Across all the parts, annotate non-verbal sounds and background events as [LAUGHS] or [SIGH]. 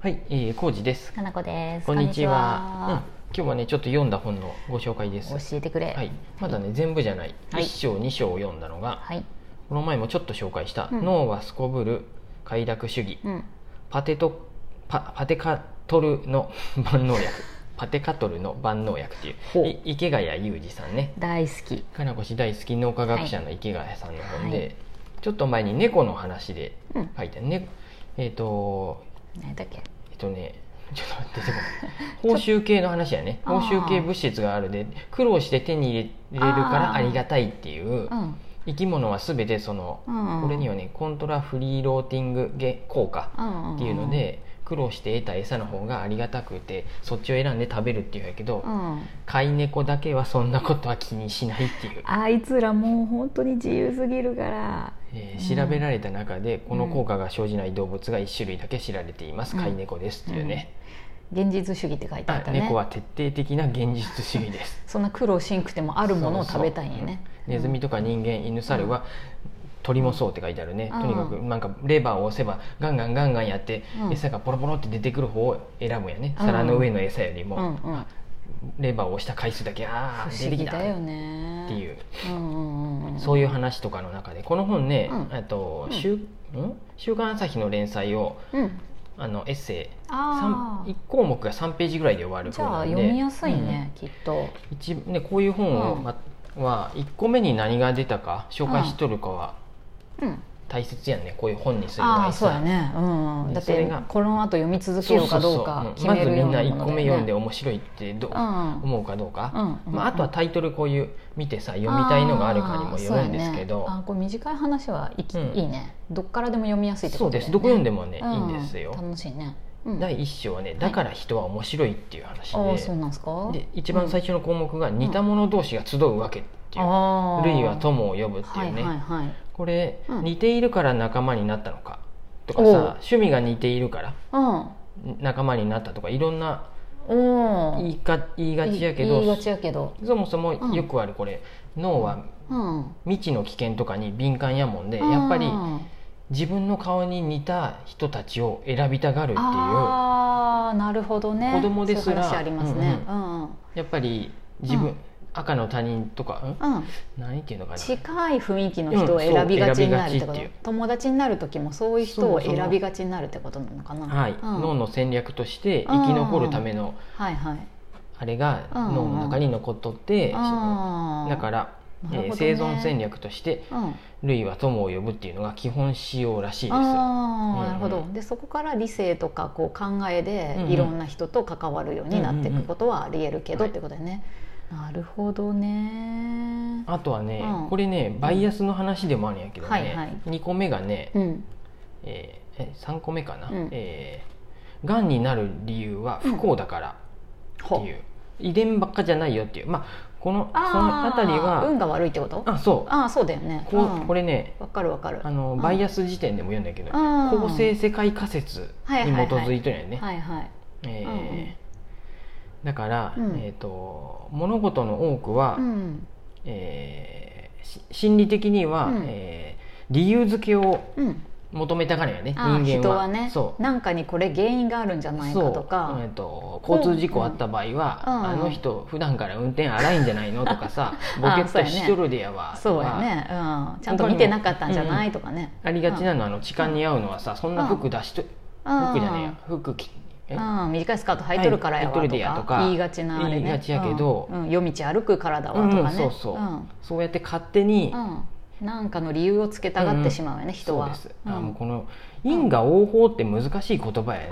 はい、えー、康二です。かなこです。こんにちは。うん、今日はね、ちょっと読んだ本のご紹介でこんにす。ちは教えてくれ。はい、まだね、全部じゃない、はい一章二章を読んだのが、はい。この前もちょっと紹介した、うん脳はすこぶる快楽主義、うん。パテトパパテカトルの [LAUGHS] 万能薬、 [LAUGHS] パテカトルの万能薬ってほいううい池谷裕二さんね。大好き。かなこ氏大好き脳科学者の池谷さんの本で、はいちょっと前に猫の話でうん。書いてあるね。えっ、と何だっけ。えっとねちょっと待って [LAUGHS] でも報酬系の話やねあー報酬系物質があるで苦労して手に入れれるからあーありがたいっていううん。生き物は全てそのうん。これには。はねコントラフリーローティングゲ効果うん。っていうの。で苦労して得た餌の方がありがたくてそっちを選んで食べるっていうんやけどうん。飼い猫だけはそんなことは気にしないっていう、あいつらもう本当に自由すぎるから。えうーん調べられた中でこの効果が生じない動物が1種類だけ知られていますうん飼い猫ですっていうね、現実主義って書いてあっあたね。猫は徹底的な現実主義です [LAUGHS] そんな苦労しんくてもあるものを食べたいんやねそう。そうネズミとか人間犬猿は鳥もそうって書いてあるね、うんとにかくなんかレバーを押せばガンガンガンガンやって、うん餌がポロポロって出てくる方を選ぶんやね、うん皿の上の餌よりうん。うも、んうん。レバーを押した回数だけああ不出思てき議たっだよね。ていううんうんうんうん。そういう話とかの中でこの本ね、うんえっとうん週ん週刊朝日の連載をうん。あのエッセイあ1項目が3ページぐらいで終わあ。るじ本ゃなあんで読みやすいね、きっと。一ね、こういう本を、うんまは1個目に何が出たか紹介しとるかはうん。大切やんねこういう本にするあ場合あそうやね、うんうん、でだっそれてがこの後読み続そけうようそかうどそうかう決まめずるみよんうななも1の個目だよね読んで面白いってどううん思うかどううんか、うんまあ、あとはタイトルこういう見てさ読みたいのがあるかにもよるんですけどあーそうやねあーこれ短い話はいき、うんいいねどっからでも読みやすいってそこうとでだよすねどこ読んでもね、うんいいんですよ楽しいね、うん、第1章はね「だから人は面白い」っていう話で,、ああそうなんですかで一番最初の項目が「似た者同士が集うわけ」っていう「あー類は友を呼ぶ」ってはいいうはね、いはいこれ、うん似ているから仲間になったのかとかおうさ趣味が似ているからうん仲間になったとかいろんなお言ーいか言いがちやけいど言いがちやけどそもそもうんよくあるこれ、脳はうん未知の危険とかに敏感やもんでやっぱりあー自分の顔に似た人たちを選びたがるっていうあーなるほどね子供ですらそういう話ありますね、うんうんやっぱり自分、うん赤の他人とか、うんん、何ていうのかな近い雰囲気の人を選びがちになるってこと、うんそう選びがちっていう友達になる時もそういう人をそうそう選びがちになるってことなのかなはいうん脳の戦略として生き残るためのはいはいあれがう脳んの中に残っとって、そのあーだから、なるえーほどね生存戦略としてうん類は友を呼ぶっていうのが基本仕様らしいです。あーなるほうんどうでそこから理性とかこう考えでうんうんいろんな人と関わるようになっていくことはありえるけどうんうんうんってことだよね、なるほどねあとはね、うんこれねバイアスの話でもあるんやけどね、はいはい2個目がね、うんえーえ3個目かな、うんえーがんになる理由は不幸だからほっていう、遺伝ばっかじゃないよっていうまあこのそあーのあたりは運が悪いってことあそうああそうだよねこううんこれねわかるわかるあのうんバイアス時点でも読んだけど、うん構成世界仮説に基づいてるんやね、はいはいえーうんうんだから、うんえー、と物事の多くは、うんえーし心理的には、うんえー理由付けをうん求めたがるよねあー人間人ははねそうなんかにこれ原因があるんじゃないかとそうえかー、と交通事故あった場合は、うんうんあの人普段から運転荒いんじゃないのとかさ [LAUGHS] あボケっとそうやねしとるでやわそとうやか、ね、うん、ちゃんと見てなかったんじゃないとかね、ありがちなのはあの痴漢に合うのはさそんな服出しと、うん服じゃねえや服着えうん、短いスカート履いとるからやわとはい履いとるか,、でやとか言いがちなあれね言いがちやけどうんうん夜道歩くからだわとかね、うんそうそう、んそうやって勝手に、うんなんかの理由をつけたがってしまうよね、人はそうです、うんあもうこの因果応報って難しい言葉やね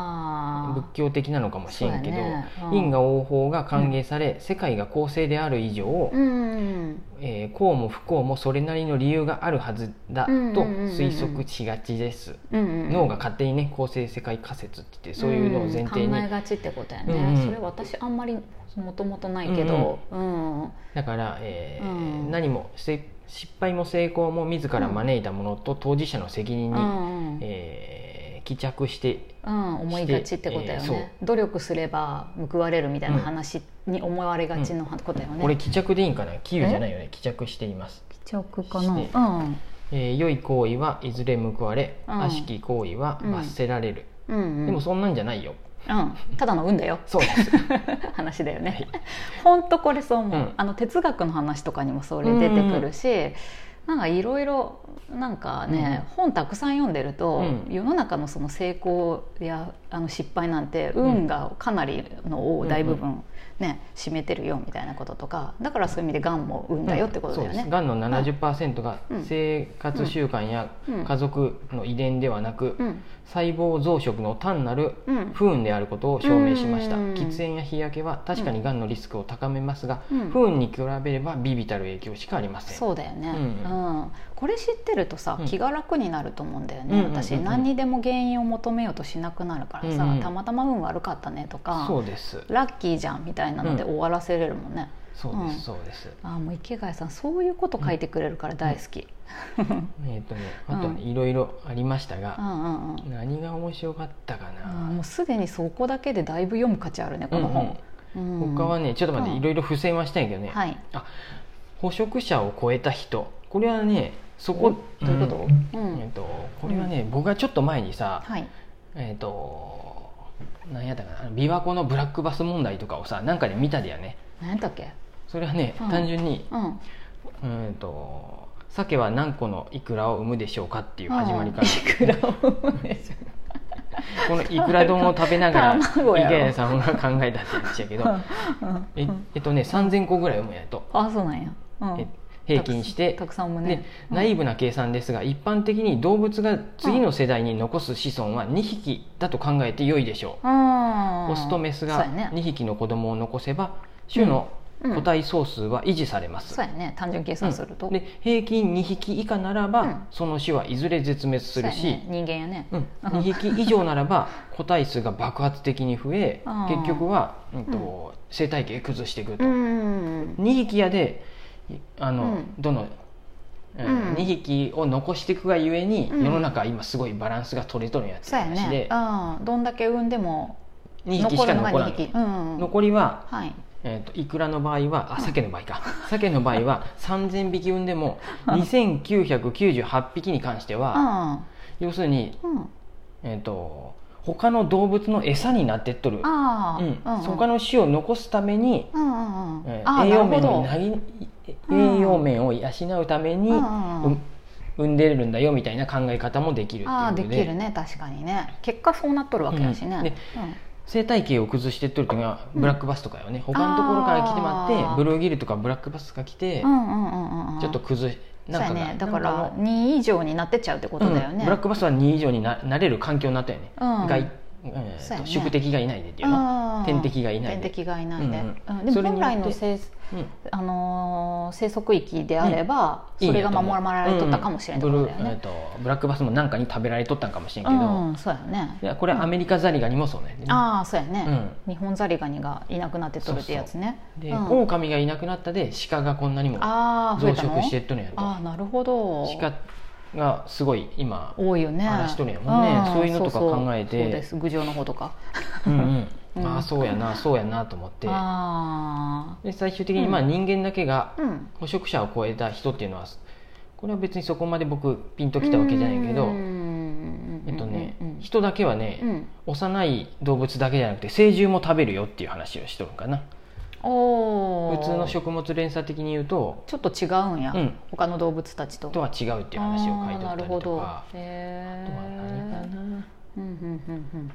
あー仏教的なのかもしれんけど、そうやねうん因果応報が歓迎され、世界が公正である以上、うんえー幸も不幸もそれなりの理由があるはずだとうんうんうんうん推測しがちです、うんうん脳が勝手にね構成世界仮説って言ってそういうのを前提に、うん考えがちってことやね、うんうんそれ私あんまりもともとないけど、うんだから、えーうん何もせ失敗も成功も自ら招いたものと当事者の責任うんに、うんえー帰着してうん思いがちってことだよしてえーね、努力すれば報われるみたいな話に思われがちのことだよね、これ帰着でいいんかな寄与じゃないよね帰着しています、直かしな、てうんえー良い行為はいずれ報われ、うん悪しき行為は罰せられる、ううんうんでもそんなんじゃないようん、ただの運 [LAUGHS] だよそうなんです話だよねは。本当これそう思う、うんあの哲学の話とかにもそれ出てくるし、なんかいろいろなんかね、本たくさん読んでると、うん世の中のその成功やあの失敗なんて運がかなりのを大部分、ね占めてるよみたいなこととかだからそういう意味でがんも運 [LAUGHS] だよってことだよそうでねす。がんの70%がうん生活習慣やうん家族の遺伝ではなく、うん細胞増殖の単なるうん不運であることを証明しましたうん喫煙や日焼けは確かにがんのリスクを高めますが、うん不運に比べれば微々たる影響しかありませんそうだよね、ううんんこれ知ってるとさうん気が楽になると思うんだようんね、うんうんうん私何にでも原因を求めようとしなくなるからさ、うんうんたまたま運悪かったねとかそうですラッキーじゃんみたいなのでうん終わらせれるもんね、そうでうんすそうです、ああもう池谷さんそういうこと書いてくれるから大好き、えっ、とねあとねうんいろいろありましたうが、んうんうん何が面白かったかああな、もうすでにそこだけでだいぶ読む価値あるねこの本、うんうん他はねちょっと待って、うんいろいろ付箋はしたんやけどね、はい捕食者を超えた人これはねそこどういうことうんんえっとこれはね、僕がちょっと前にさ、はいえっ、と何やったかなあの琵琶湖のブラックバス問題とかをさなんかで見たでやね何やったっけそれはね、うん単純にうんっうんと鮭は何個のイクラを産むでしょうかっていてう始まりから、いくら多いでしょこのイクラ丼を食べながら卵やろ池谷さんが考えたって言ってたけど、 [LAUGHS] うんええっとね3,000個ぐらい産むんやと、ああそうなんや、うんえ平均してたくさん産むでねうんナイーブな計算ですが一般的に動物が次の世代に残す子孫は2匹だと考えて良いでしょう、オオスとメスがそうや2ね匹の子供を残せば種のうん個体総数は維持されます、そうやね単純計算すると、うんで平均2匹以下ならば、うんその種はいずれ絶滅するそうしやね、人間やねうん、うん2匹以上ならば個体数が爆発的に増えあー結局は、うんと生態系崩していくとう。ん2匹やでいあの、うんどの、うんうん2匹を残していくがゆえに、うん世の中は今すごいバランスが取れとるんやつそうやねで、うんどんだけ産んでも2匹し残かるのが残ら2ない匹うんうん残りは、はいえー、とイクラの場合 [LAUGHS] はあ鮭の場合か鮭の場合は3000匹産んで [LAUGHS] も2998匹に関しては要するに、うんうんえー、と他の動物の餌になってっとる、ああうんうんうん他の種を残すために、うんうんうんえーああ栄なる養ほ面にどなぎうん栄養面を養うために、うんうんうんうん産んでるんだよみたいな考え方もできるっていうああのでできるね確かにね結果そうなっとるわけやしうんでね生態系を崩してっとる時はうんブラックバスとかよね、他のところから来てもらあってーブルーギルとかブラックバスが来て、うんうんうんうんうんちょっと崩しそうやがねだかなんらの2以上になってっちゃうってことだようんねブラックバスは2以上にななれる環境になったよね、うん外えーそうやね宿敵がいないでっていうの、あー天敵がいないで天敵がいないで、うんうんうんでそもれに本よって来の生,、うんあのー生息域であれば、それが守られとったかもしれなういんこブとルだよーえーね、とブラックバスもなんかに食べられとったんかもしれんうけど、んそうやねいやこれはアメリカザリガニもそうなんやね、ああそうやね、日本ザリガニがいなくなってとるってやつねで、うん狼がいなくなったで鹿がこんなにもああ増増えたの殖してっとるんやとああなるほど鹿がすごい今、多いよね話しとるんやもんねんそういうのとか考えてそうそうそうです郡上の方とかうんう、うんんああそうやなそうやなと思ってあで最終的にまあ人間だけがあうん捕食者を超えた人っていうのはこれは別にそこまで僕ピンときたわけじゃないけど、えっとね、人だけはね、うん、幼い動物だけじゃなくて成獣も食べるよっていう話をしとるんかなおー普通の食物連鎖的に言うと、ちょっと違うんや、うん、他の動物たちととは違うっていう話を書いてああーっなたるりほとどかあへとは何かーな、うんうんうんうんうんうん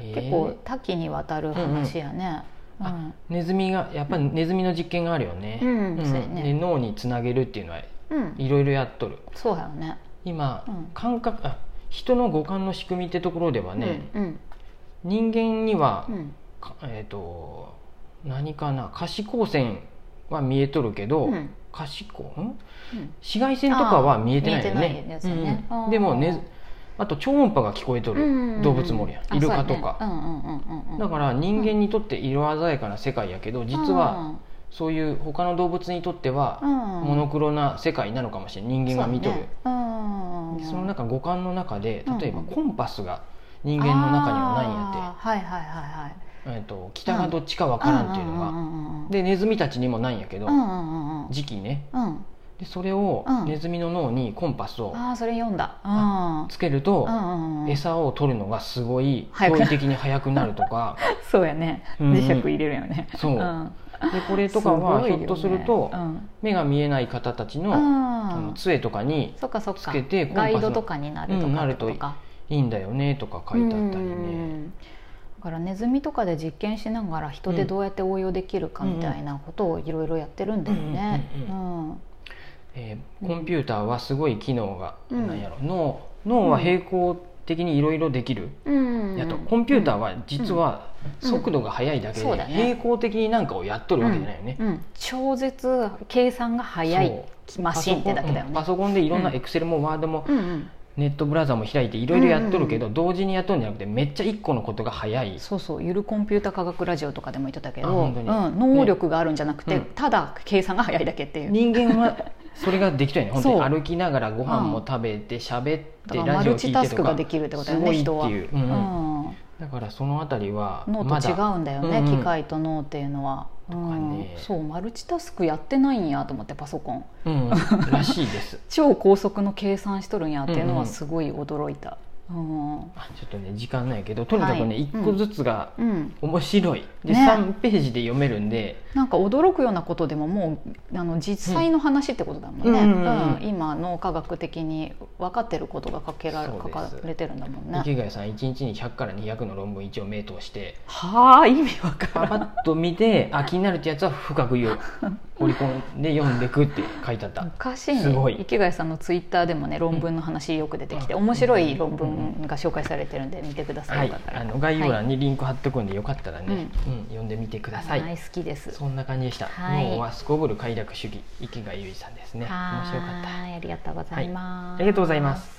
えー結構多岐にわたる話やね、うんうんネズミがやっぱりネズミの実験があるよね,、うんそうやねで脳につなげるっていうのはうんいろいろやっとるそうやよね今、うん感覚あ人の五感の仕組みってところではね、うん人間には、うんかえっ、と何かな可視光線は見えとるけど、うんうん可視光ん紫外線とかは見えてないよあー見えてないねやつやねうんあーでもねあと超音波が聞こえとうんうんうるん動物もおるやん、あイルカとか、そうやねうんうんうんうんうんだから人間にとって色鮮やかな世界やけど実はそういう他の動物にとってはモモノクロな世界なのかもしれない人間が見とるそうやねうんでその中五感の中で例えばうんコンパスが人間の中にはないんやあーはいはいはいはいって、えっと北がどっちかわからんっていうのうがんうんうんうんでネズミたちにもないんやけどうんうんうんうん時期ねうんでそれをうんネズミの脳にコンパスをああそれ読んだうんあつけるとうんうんうん餌を取るのがすごい早く驚異的に速くなると [LAUGHS] かそうやねうん磁石入れるよねそうんでこれとかはすごひいよょっねとするとうん目が見えない方たちのああのー杖とかにそっかそっかつけてコンパスガのイドとかになるとうんかなってることとかいいんだよねとか書いてあったりうねんだからネズミとかで実験しながら人でどうやって応用できるかみたいなことをいろいろやってるんだよね。ううんえーコンピューターはすごい機能がうんなんやろ脳脳は平行的にいろいろできるうんやとコンピューターは実はうん速度が速いだけそうでだね平行的になんかをやっとるわけじゃないよねうんうん超絶計算が速いマシンってだけだようんねパ。ソコンでいろんなうんエクセルもワードもうんうんネットブラウザも開いていろいろやっとるけど同時にやっとるんじゃなくてめっちゃ一個のことが早いそうそうゆるコンピュータ科学ラジオとかでも言ってたけあど、う本ん当に能力があるんじゃなくて、うんただ計算が速いだけっていう。人間はそれができ [LAUGHS] たよね本当にそう歩きながらご飯も食べて喋ってだからラマジオル聞チいタてスとクかができるってことすだよごねいって人は。いう、うんうんうんだからそのあたりは脳とまだ違うんだよね、まだうんうん機械と脳っていうのは、うんねそうマルチタスクやってないんやと思ってパソコンうん、らしい [LAUGHS] です超高速の計算しとるんやっていうのうんうんはすごい驚いたうん、うんあちょっとね時間ないけどとにかくはねい一個ずつが面白い、で、ね3ページで読めるんでなんか驚くようなことでももうあの実際の話ってことだもんね、ううんんうんうんうん今脳科学的に分かってることが書けられそう書ですかれてるんだもんね池谷さん1日に100から200の論文一応名答してはあ意味わかパらパんッと見てあ気になるってやつは深く [LAUGHS] よ掘り込んで読んでくって書いてあったおかしいねすごい池谷さんのツイッターでもね論文の話よく出てきて、面白い論文が紹介されてるんで見てください、はいよかったらあの概要はい欄にリンク貼っとくんでよかったらね、うん読んでみてください、はい、好きです。そんな感じでした、はい脳はすこぶる快楽主義池谷裕二さんですね面白かったはいありがとうございます。ありがとうございます